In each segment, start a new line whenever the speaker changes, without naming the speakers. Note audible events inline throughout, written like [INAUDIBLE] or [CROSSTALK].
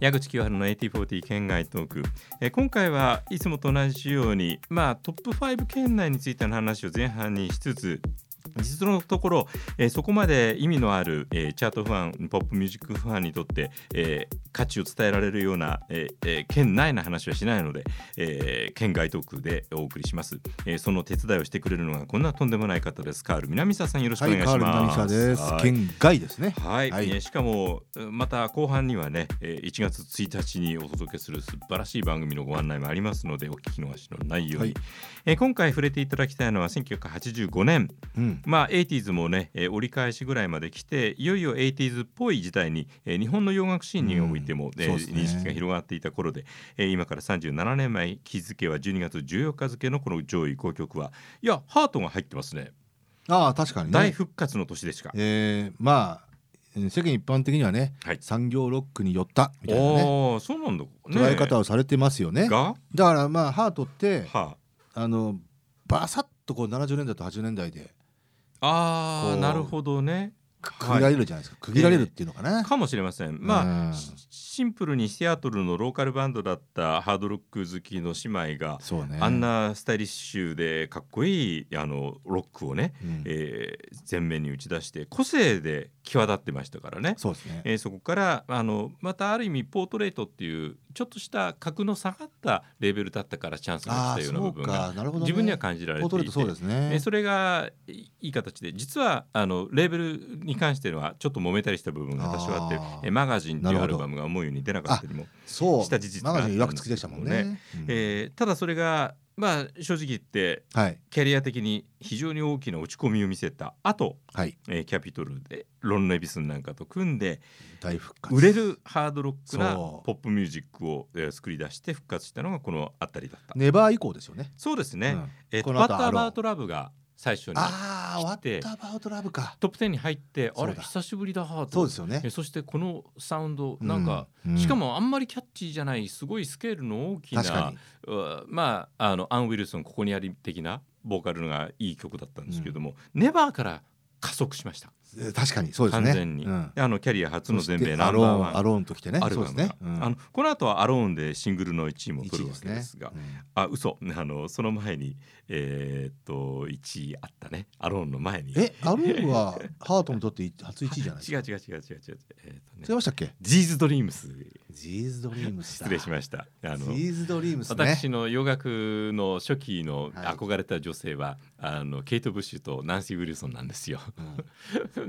矢口清春の8040県外トーク、えー今回はいつもと同じように、まあ、トップ5圏内についての話を前半にしつつ実のところ、えーそこまで意味のある、えーチャートファンポップミュージックファンにとって、えー価値を伝えられるような、えーえー県内の話はしないので、えー県外トークでお送りします、えーその手伝いをしてくれるのがこんなとんでもない方ですカール南沢さんよろしくお
は
願い
い、
しま
カ
す、
ール南沢です
は。い
県外ですね。
はい、
はい
えーしかもえーまた後半にはねえー1月1日にお届けする素晴らしい番組のご案内もありますのでお聞き逃しのないように、
はい
えー今回触れていただきたいのは1985年
うん。
まあ 80s もね、えー折り返しぐらいまで来ていよいよ 80s っぽい時代に、えー日本の洋楽シーンにおいても、
うん
えー
そうですね
認識が広がっていた頃で、えー今から37年前日付は12月14日付のこの上位5曲はいやハートが入ってますね
ああ、確かに
大
ね。
復活の年でしか。
えー、まあえー世間一般的にはね、
はい
産業ロックに寄ったみたいなね
おーそうなんだ、ね、
捉え方をされてますよね。
が
だからまあハートって
は
あのバサッとこう70年代と80年代で
あ、あ
こ
ー
う
なるほどね
区切られるじゃないですか。区切られるっていうのかな。
かもしれませんまあ
うん
しシンプルにシアトルのローカルバンドだったハードロック好きの姉妹が
そうね。
あん、なスタイリッシュでかっこいいあのロックをね、
うん
えー前面に打ち出して個性で際立ってましたからね
そうですね。
えーそこからあのまたある意味ポートレートっていうちょっとした格の下がったレベルだったからチャンスが
あ
来た
あ、
ような
そ
部
う
分が、
か。なるほど、ね。
自分には感じられて
ポートレー
い
ト
て
そうですね。
えそれがいいい形で実はあのレーベルに関してはちょっと揉めたりした部分が多少あって
あー
えマガジンとい
な
う
る
ア
ほ
ル
ど
バムが思うように出なかったりも、
そう
した事実が
マガジンいわくつきでしたもんね。うん
えーただそれが、まあ、正直言って
はい
キャリア的に非常に大きな落ち込みを見せたあと、
はい
えーキャピトルでロン・レビスンなんかと組んで
大復活。
売れるハードロックな
そう
ポップミュージックを、えー作り出して復活したのがこの辺りだった。
ネバー以降ですよね。
そうですね、
うん
えー
この
バッ
後
タ
ア
ー
ロー
バートラブが最初に
ああ、ワ
来て
ッターバウトラブか。
トップ10に入ってあれ
そうだ
久しぶりだハー
そう
ト
ですよね
え。そしてこのサウンドなんか、
うん、うん
しか、もあんまりキャッチーじゃないすごいスケールの大き
確か
な
に。
うまああのアン・ウィルソンここにあり的なボーカルがいい曲だったんですけども、ネバーから加速しました、
えー確かに、そうです
完
ね。
全に、
うん
あのキャリア初の全米
そして
ナ
ア
ン
ロ
バー
ー
ワ
ン、ア
ン
ローンときてね。
アル
そう
バ
です
ムが、
ね。うん
あのこの後は「アローン」でシングルの1位も取
一位
るわ
です
けで
ね
すが。
うん
あ嘘 [LAUGHS] あのその前にえーっと1位あったねアローンの前に
え、アロー
[LAUGHS]
ンはハートにとってい初一位じゃないですか。
違う違う違う違う違う、えーっ
違
と
い
ね
ましたっけ？
ジーズ・ドリームス
ジーズドリームスだ。
失礼しましたあ
ジ
の
ーズドリームスね。
私の洋楽の初期の
はい
憧れた女性は、あのケイト・ブッシュとナンシー・ウィルソンなんですよ [LAUGHS]
うん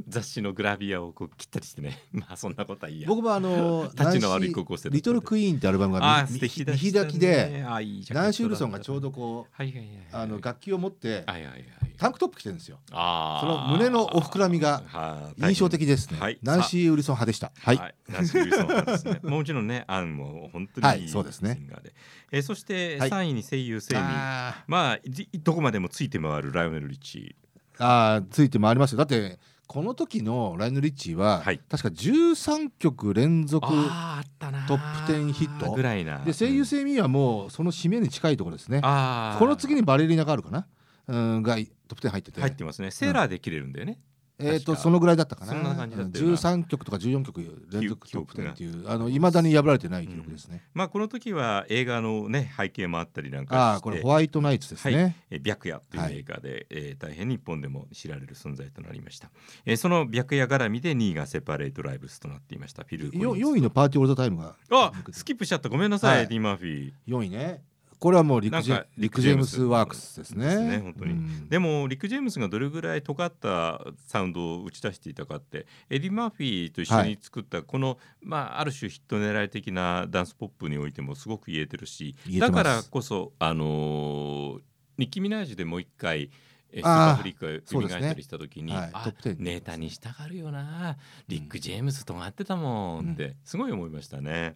雑誌のグラビアをこう切ったりしてね [LAUGHS] まあそんなことはいいや
僕もあの
[LAUGHS] 立ちの悪
ナンシ
い
ー
高校生だったんで
リトルクイーンってアルバム
あ
が
あ
み
素
み
敵だ
見開きで、
ああいいジャケットだ
ナンシー・ウィルソンがちょうどこう
はいはいはいはい
あの楽器を持って
はいはいはい
タンクトップ着てるんですよ。
あー
その胸のお膨らみが
はー
印象的ですね
はい。
ナンシー・ウィルソン派でした。はい。
はい、ナンシーウィルソン派ですね。もちろんね、アンも本当にい
はいい
シ
そうですね
ンガーで、えーそして
はい
3位に声優セイミー
あ
まあじどこまでもついて回るライオネルリッチ
ーあーついて回りますよ。だってこの時のライノ・リッチーは、
はい
確か13曲連続
あーあったなー
トップ10ヒット
ぐらいな
で声優
うん
セイミーはもうその締めに近いところですね。
あー
この次にバレリーナがあるかな、うん、がトップ10入ってて
入ってますねセーラーで切れるんだよね、
えー、と
確か
そのぐらいだったかな
そんな感じだったよな
うん13曲とか14曲連続トップ10っていう
が
あの未だに破られてない記録ですね。
まあこの時は映画のね背景もあったりなんかして
ああこれホワイトナイツですね。
えー白夜という映画で、えー大変日本でも知られる存在となりました、えーその白夜絡みで2位がセパレートライブスとなっていましたフィル・コリン
よ
ズ
4位のパーティー・オール・ザ・タイムが
あスキップしちゃったごめんなさい、
はい
エディ・マーフィー
4位ねこれはもうリクジ
なん
ェ
か
リクジェームス・ワークスですね。
ですね本当に
うん
でもリック・ジェームスがどれぐらい尖ったサウンドを打ち出していたかってエディ・マーフィーと一緒に作ったこの、まあ、ある種ヒット狙い的なダンスポップにおいてもすごく言えてるし
言えて
だ
ます
からこそあのーニッキー・ミナージュでもう一回えースーパ
あー
ーフリックが蘇ったりした時に、
はい
あ
トップ10
ネタにしたがるよなリック・ジェームスとってたもんって、すごい思いましたね。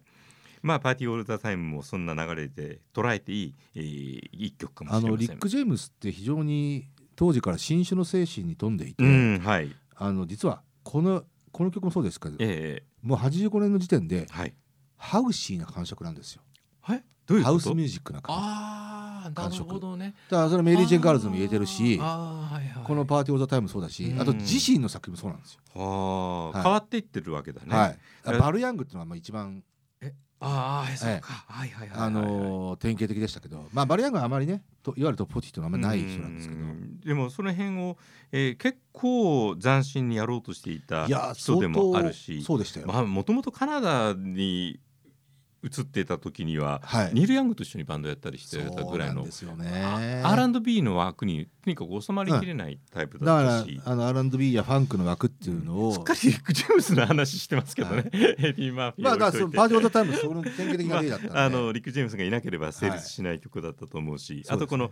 まあ、パーティーオールザタイムもそんな流れで捉えていい、えー一曲かも
あ
しれ
の
ませ
リ
ん。
ック・ジェームスって非常に当時から新種の精神に富んでいて、
うん、はい。
あの実はこのこの曲もそうですけど
え
もう85年の時点で
えはい。
ハウシーな感触なんですよ。
はい。どういうこと
ハウスミュージックな感触
ああ、なるほどね。
だからそれメリー・ジェン・ガールズも言えてるし
あーあーはいはい、
この「パーティー・オー・ザ・タイム」もそうだし
うん
あと自身の作品もそうなんですよ。
はあ、
はい
変わっていってるわけだね。
はい、
え
バル・ヤングっていうのはまあ一番
えああ、そうか。はいはいはいはい。
あのー典型的でしたけど、まあ、バリアンがあまりねといわゆるトップ40っていうのはあんまりない人なんですけど
う。でもその辺を、えー結構斬新にやろうとしていた
いや
人でもあるし
相当そうでしたよ、
まあもともとカナダに移ってた時には、
はい
ニール・ヤングと一緒にバンドやったりしてたぐらい
そうなん
の
ですよね
あ R&B の枠にとにかく収まりきれないタイプ
だ
だったし、
からあの R&B やファンクの枠っていうのを、
すっかりリック・ジェームスの話してますけどね、エディ・マーフィー
まあ
を
だ
置
から
いと
その
いて
バージョン・オブ・ザ・タイムその典型的な例だったんで、
あのリック・ジェームスがいなければ成立しない曲だったと思うし、あとこの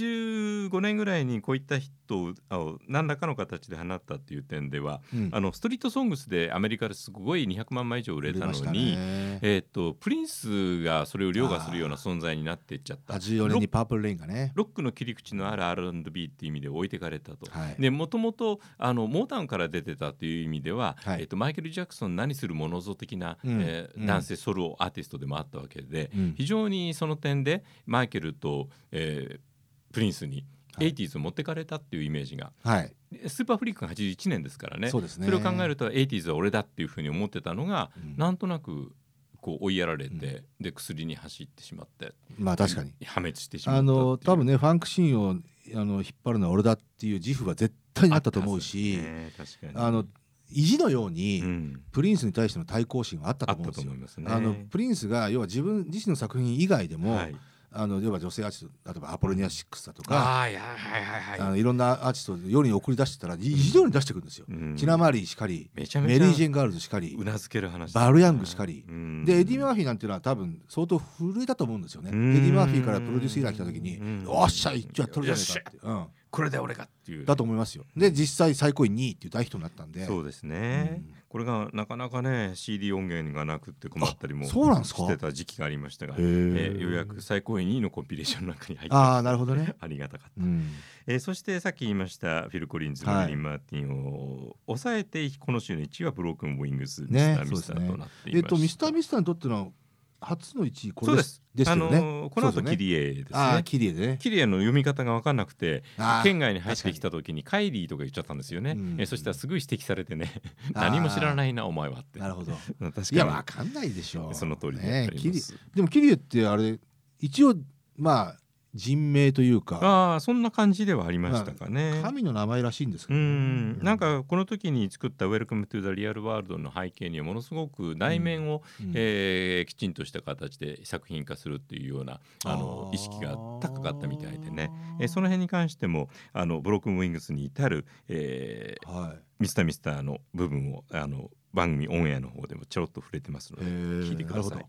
85年ぐらいにこういったヒットをあの何らかの形で放ったっていう点では、
うん
あのストリートソングスでアメリカですごい200万枚以上売れたの
売れました
に、
ね
えー、とプリンスがそれを凌駕するような存在になっていっちゃった。
84年にパープルレインがね、
ロックの切り口のある R&B っていう意味で置いてかれたと、
はい
でもともとあのモータウンから出てたという意味では、
はい
えっと、マイケル・ジャクソン何するものぞ的な、
うん
えー
うん
男性ソロアーティストでもあったわけで、
うん
非常にその点でマイケルと、えープリンスに。
はい
80s を持ってかれたっていうイメージが
はい、
スーパーフリックが81年ですからね
そうですね
れを考えると 80s は俺だっていうふうに思ってたのが、
うん
なんとなくこう追いやられて、で薬に走ってしまって
まあ確かに
破滅してしまった
あ
っていう
の多分ねファンクシーンをあの引っ張るのは俺だっていう自負は絶対にあったと思うし
あったはずね確かに
あの意地のように、
うん
プリンスに対しての対抗心はあったと
あ
思
っ
うん
たと
ですよ
思い。ますね。
あのプリンスが要は自分自身の作品以外でも、
はい、
あの要は女性アーティスト例えばアポロニア6だとか
ああいやはいはい
あ
はい。
のいろんなアーティストを夜に送り出してたら非常に出してくるんですよ。
うん
チナマリーしかり
めちゃめ
メ
ちゃ
リー・ジェン・ガールズしかり
うなずける話、
バルヤングしかり
うん
でエディ・マーフィーなんていうのは多分相当震えたと思うんですよね。エデ
うん
ィ・マーフィーからプロデュース以来来た時に
うん
「おっしゃ一応やっとるじゃないか」って、うん
これで俺がっていう。
だと思いますよ。で実際最高位2位っていう大ヒットになったんで
そうですね、
うん
これがなかなかね CD 音源がなくって困ったりも
あそうなんですか
してた時期がありましたが、
へ
え
ー
ーようやく最高位2位のコンピレーションの中に入って
ああなるほどね。
[LAUGHS] ありがたかった。
うん
えーそしてさっき言いましたフィル・コリンズ、
はい
マリリン・マーティンを抑えてこの週の1位はブロークン・ウィングス、
ね
ミスター・ミスタ
そうですね
ーとなっていま
え
し
っ
た。
とミスターミスターにとっての初の1位こ
そう
れで
ですす。
ですよ
あ
ね。
のーこの
そ
後
うですよね
キリエです
ああ
ね。
キリエでね。
キリエの読み方が分かんなくて
あー
県外に入ってきた時にカイリーとか言っちゃったんですよね
確か。に
えそしたらすぐ指摘されてね
あー
何も知らないなお前はって。
なるほど。
[LAUGHS] 確かに
いやわかんないでしょう。
その通りで
ね
あ
え
り
キ
ま
リ
す。
でもキリエってあれ一応まあ人名というか
ああそんな感じではありましたかね。
神の名前らしいんですけ
う
どね
んなんかこの時に作った「Welcome to the Real World」の背景にはものすごく内面を、
うん
えーきちんとした形で作品化するっていうようなあの
あー
意識が高かったみたいでね、えーその辺に関してもあのブロックンウィングスに至る、えー
はい。
ミスターミスターの部分をあの番組オンエアの方でもちょろっと触れてますので
へー
聞いてくださ
ないるほど。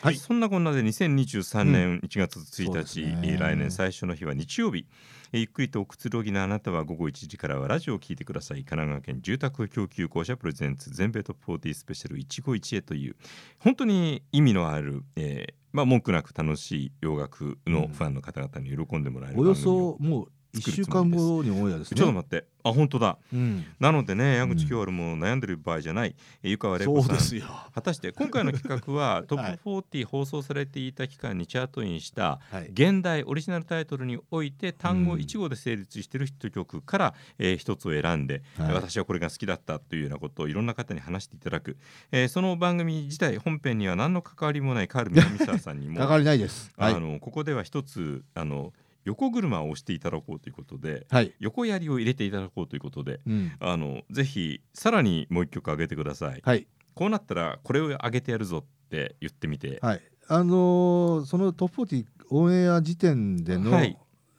はい
そんなこんなで2023年1月
そう
1
です
日、
ね
えー来年最初の日は日曜日えーゆっくりとおくつろぎのあなたは午後1時からはラジオを聞いてください神奈川県住宅供給公社プレゼンツ全米トップ40スペシャル一期一会という本当に意味のある、えーまあ、文句なく楽しい洋楽のファンの方々に喜んでもらえる
お
番組を
よそもう1週間後にオンエアです
ち
ね。
ょっと待ってあ本当だ
うん、
なのでね矢口京春も悩んでる場合じゃない、えー湯川玲子
そう
さん
ですよ。
果たして今回の企画はト
は
ッ
い
プ40放送されていた期間にチャートインした
はい
現代オリジナルタイトルにおいて単語
うん
1語で成立しているヒット曲から、えー一つを選んで、
はい
私はこれが好きだったというようなことをいろんな方に話していただく、えーその番組自体本編には何の関わりもないカール南沢さんにも
上がりないです。は
あ
い。
のここでは一つあの横車を押していただこうということで
はい。
横槍を入れていただこうということで
うん。
あのぜひさらにもう一曲上げてください。
はい。
こうなったらこれを上げてやるぞって言ってみて、
はい。あのーそのトップ40オンエア時点での、
はい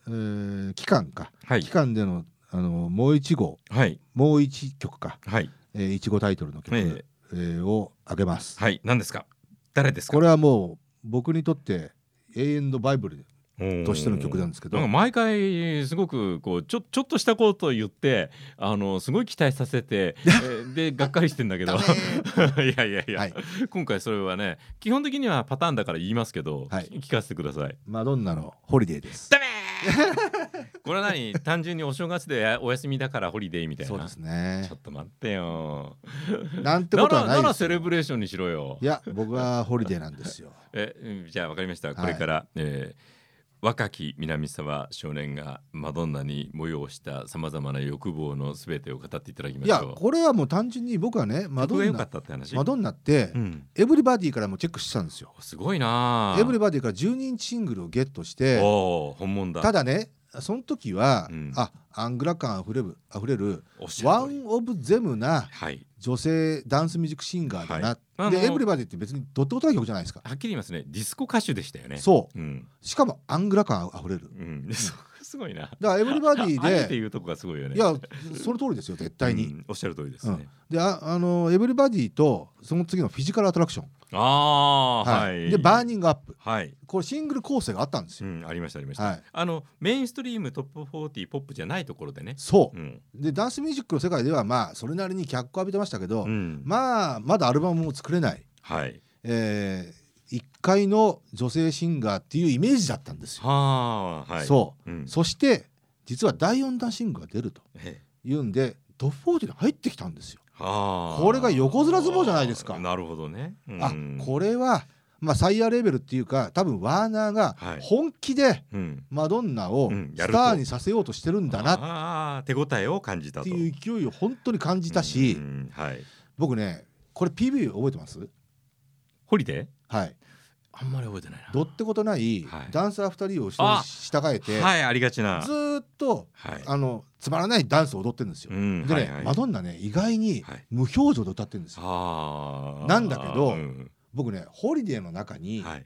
えー期間か、
はい
期、間でのあのーもう一号、
はい、
もう一曲か、
はい、
えー、一号タイトルの曲、
え
え
え
ーを上げます。
はい、何ですか？誰ですか？
これはもう僕にとって永遠のバイブル
れ
としての曲なん
で
ですけ
なんか
ど、
毎回すごくこうちょちょっとしたことを言ってあのすごい期待させ
[LAUGHS]
て、えーでがっかりしてんだけどい
ダメ
や [LAUGHS] いやいや、
はい
今回それはね基本的にはパターンだから言いますけど、
はい
聞かせてください。
マドンナのホリデーです。
ダメー [LAUGHS] これは何単純にお正月でお休みだからホリデーみたいな
そうですね
ちょ。っと待ってよ
なんてことはない
ならな
で
ら
す
セ
よ
レブレーションにしろよ
いや僕はホリデーなんですよ。
えうんじゃあわかりました、
い
これから、えー若き南沢少年がマドンナに催したさまざまな欲望のすべてを語っていただきま
い
し
や
ょう。
これはもう単純に僕はねマ
曲
ド
が
ン
良か
ナ
ったって話。
マドンナって、
うん、
エブリバディからもチェックしてたんですよ
すごいなあ。
エブリバディから12インチシングルをゲットして
おお本物だ。
ただねその時は、
うん
あアングラ感あふれるあふれる
おっしゃ
ワ
る通り
ン・オブ・ゼムな
はい。
女性ダンスミュージックシンガーだな、
はいあの
でエブリバディって別にどってことない曲じゃないですか、
はっきり言いますね。ディスコ歌手でしたよね。。
そう
うん。
うしかもアングラ感あふれる
うん。そ [LAUGHS] すごいな。
だからエブリ
[LAUGHS]
バディ
あえて
で
いうとこがすごいよね。
いやその通りですよ絶対に、
うんおっしゃる通りですね。
うんでああのエブリバディとその次のフィジカルアトラクション、
ああはい、
でバー
ン
ニングアップ
はい、
これシングル構成があったんです
う
よ、
ん、ありましたありました、
はい
あのメインストリームトップ40ポップじゃないところでね、
そううんでダンスミュージックの世界ではまあそれなりに脚光浴びてましたけど、
うん
まあまだアルバムも作れない、
はい
えー、一回の女性シンガーっていうイメージだったんですよ、
はあはい、
そう
うん、
そして実は第4弾シングルが出ると
ええ
いうんでドッフォーティに入ってきたんですよ。
はあ
これが横綱相撲じゃないですか
なるほどね、うん
あこれは、まあ、サイヤーレベルっていうか多分ワーナーが
はい
本気で
うん
マドンナを
うんや
ス
る
タ
と
ーにさせようとしてるんだなっ
ああ手応えを感じたと
ていう勢いを本当に感じた
う
し
んはい
僕ねこれ PV 覚えてます
ホリデー
はい
あんまり覚えてないな
どってことない
はい
ダンサー2人を後ろに
あ
従えて
はいありがちな
ずーっと
はい
あのつまらないダンスを踊ってるんですよ
う。ん
で
はい
ね
はい、
マドンナね意外に
はい
無表情で歌ってるんですよ。
ああ
なんだけど
ん
僕ねホリデーの中に
はい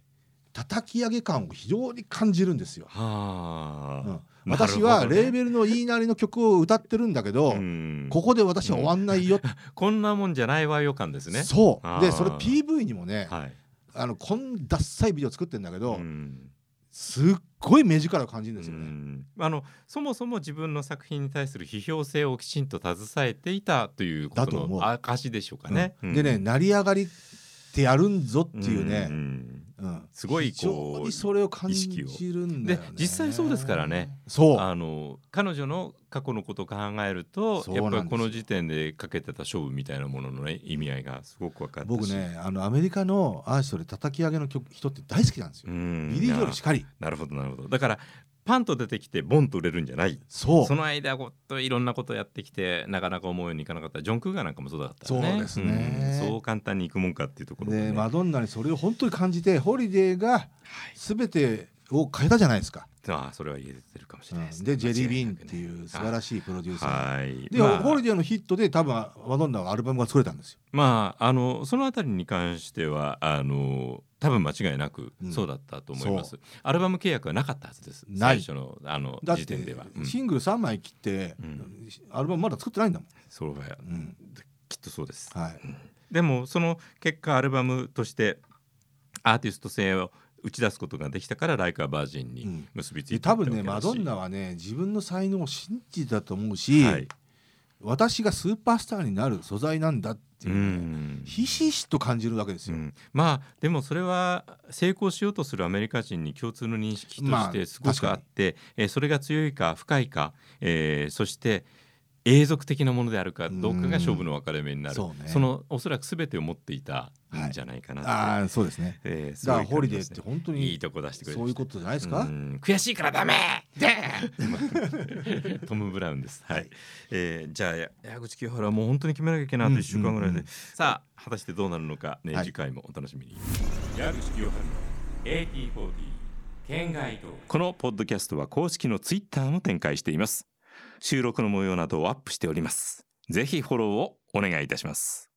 叩き上げ感を非常に感じるんですよ。
はあ、
うん、私はレー
ル
ベルの言いなりの曲を歌ってるんだけど、こ
こ
こで私は終わんないよ、
こんなもんじゃないわ予感ですね。
そう
あ
で
ー
それ PV にもね、
はい。
あのこんダッサいビデオ作ってるんだけど、
うん
すっごい目力を感じるんですよ
う
ね。
んあのそもそも自分の作品に対する批評性をきちんと携えていたというこ
だと
と
思う
の証でしょうかね。
うんでね成り上がりってやるんぞ
う
っ
ん
ていうね
う、ん
うん
すごい
非常
こう
にそれを感
意
じ
識を
るんだよね
で実際そうですからね
そう
あの彼女の過去のことを考えると
そう
や
なん
っ
です
ぱ
よ
りこの時点でかけてた勝負みたいなものの、ね、意味合いがすごく分かったし
僕、ねあのアメリカのアーティストで叩き上げの曲人って大好きなんですよ
う。ん
ビリー・ジョエルしかり
なるほどなるほどだからパンと出てきてボンと売れるんじゃない
そう
その間こっといろんなことやってきてなかなか思うようにいかなかったジョン・クーガーなんかもそうだったよね
そうですね
うんそう簡単にいくもんかっていうところがね
でマドンナにそれを本当に感じてホリデーが
はい
全てを変えたじゃないですか、
ああそれは言えてるかもしれないです、ね、
でジェリー・ビーンって
う
いう素晴らしいプロデューサー、
はい
で、
まあ
ホリデーのヒットで多分マドンナはアルバムが作れたんですよ
まああのそのあたりに関してはあの多分間違いなく
うん
そうだったと思います、アルバム契約はなかったはずです
ない
最初のあの
だっ
時
て
点では、うん
シングル3枚切って、
うん
アルバムまだ作ってないんだもん、
そうは
うん
きっとそうです
はい、
でもその結果アルバムとしてアーティスト性を打ち出すことができたから「ライカーバージン」に結びついていっ
で
た
多
わけ
分ねマ
だし
ドンナはね自分の才能を信じたと思うし、
はい
私がスーパースターになる素材なんだって
う
いう、
ん
ひしひしと感じるわけです
う
よ、
んまあでもそれは成功しようとするアメリカ人に共通の認識と
ま
し
あ
てすごくあって、えーそれが強いか深いか、えーそして永続的なものであるかどうかが勝負の分かれ目になる
うんそうね
のおそらく全てを持っていたんじゃないかなって、
ああそうですね
えーす
だ
ご
か
い
らホリデ
感
ー
じ
っ
ま
て
した
本当に
いいとこ出してくれました
そういうことじゃないですか、
うん悔しいからダメで [LAUGHS] トム・ブラウンです、はい
はい
えーじゃあや矢口清原はもう本当に決めなきゃいけないあと1週間ぐらいで、
うんうんうん
さあ果たしてどうなるのか、ね
はい
次回もお楽しみに矢口清原の AT40 県外とこのポッドキャストは公式のツイッターも展開しています収録の模様などをアップしておりますぜひフォローをお願いいたします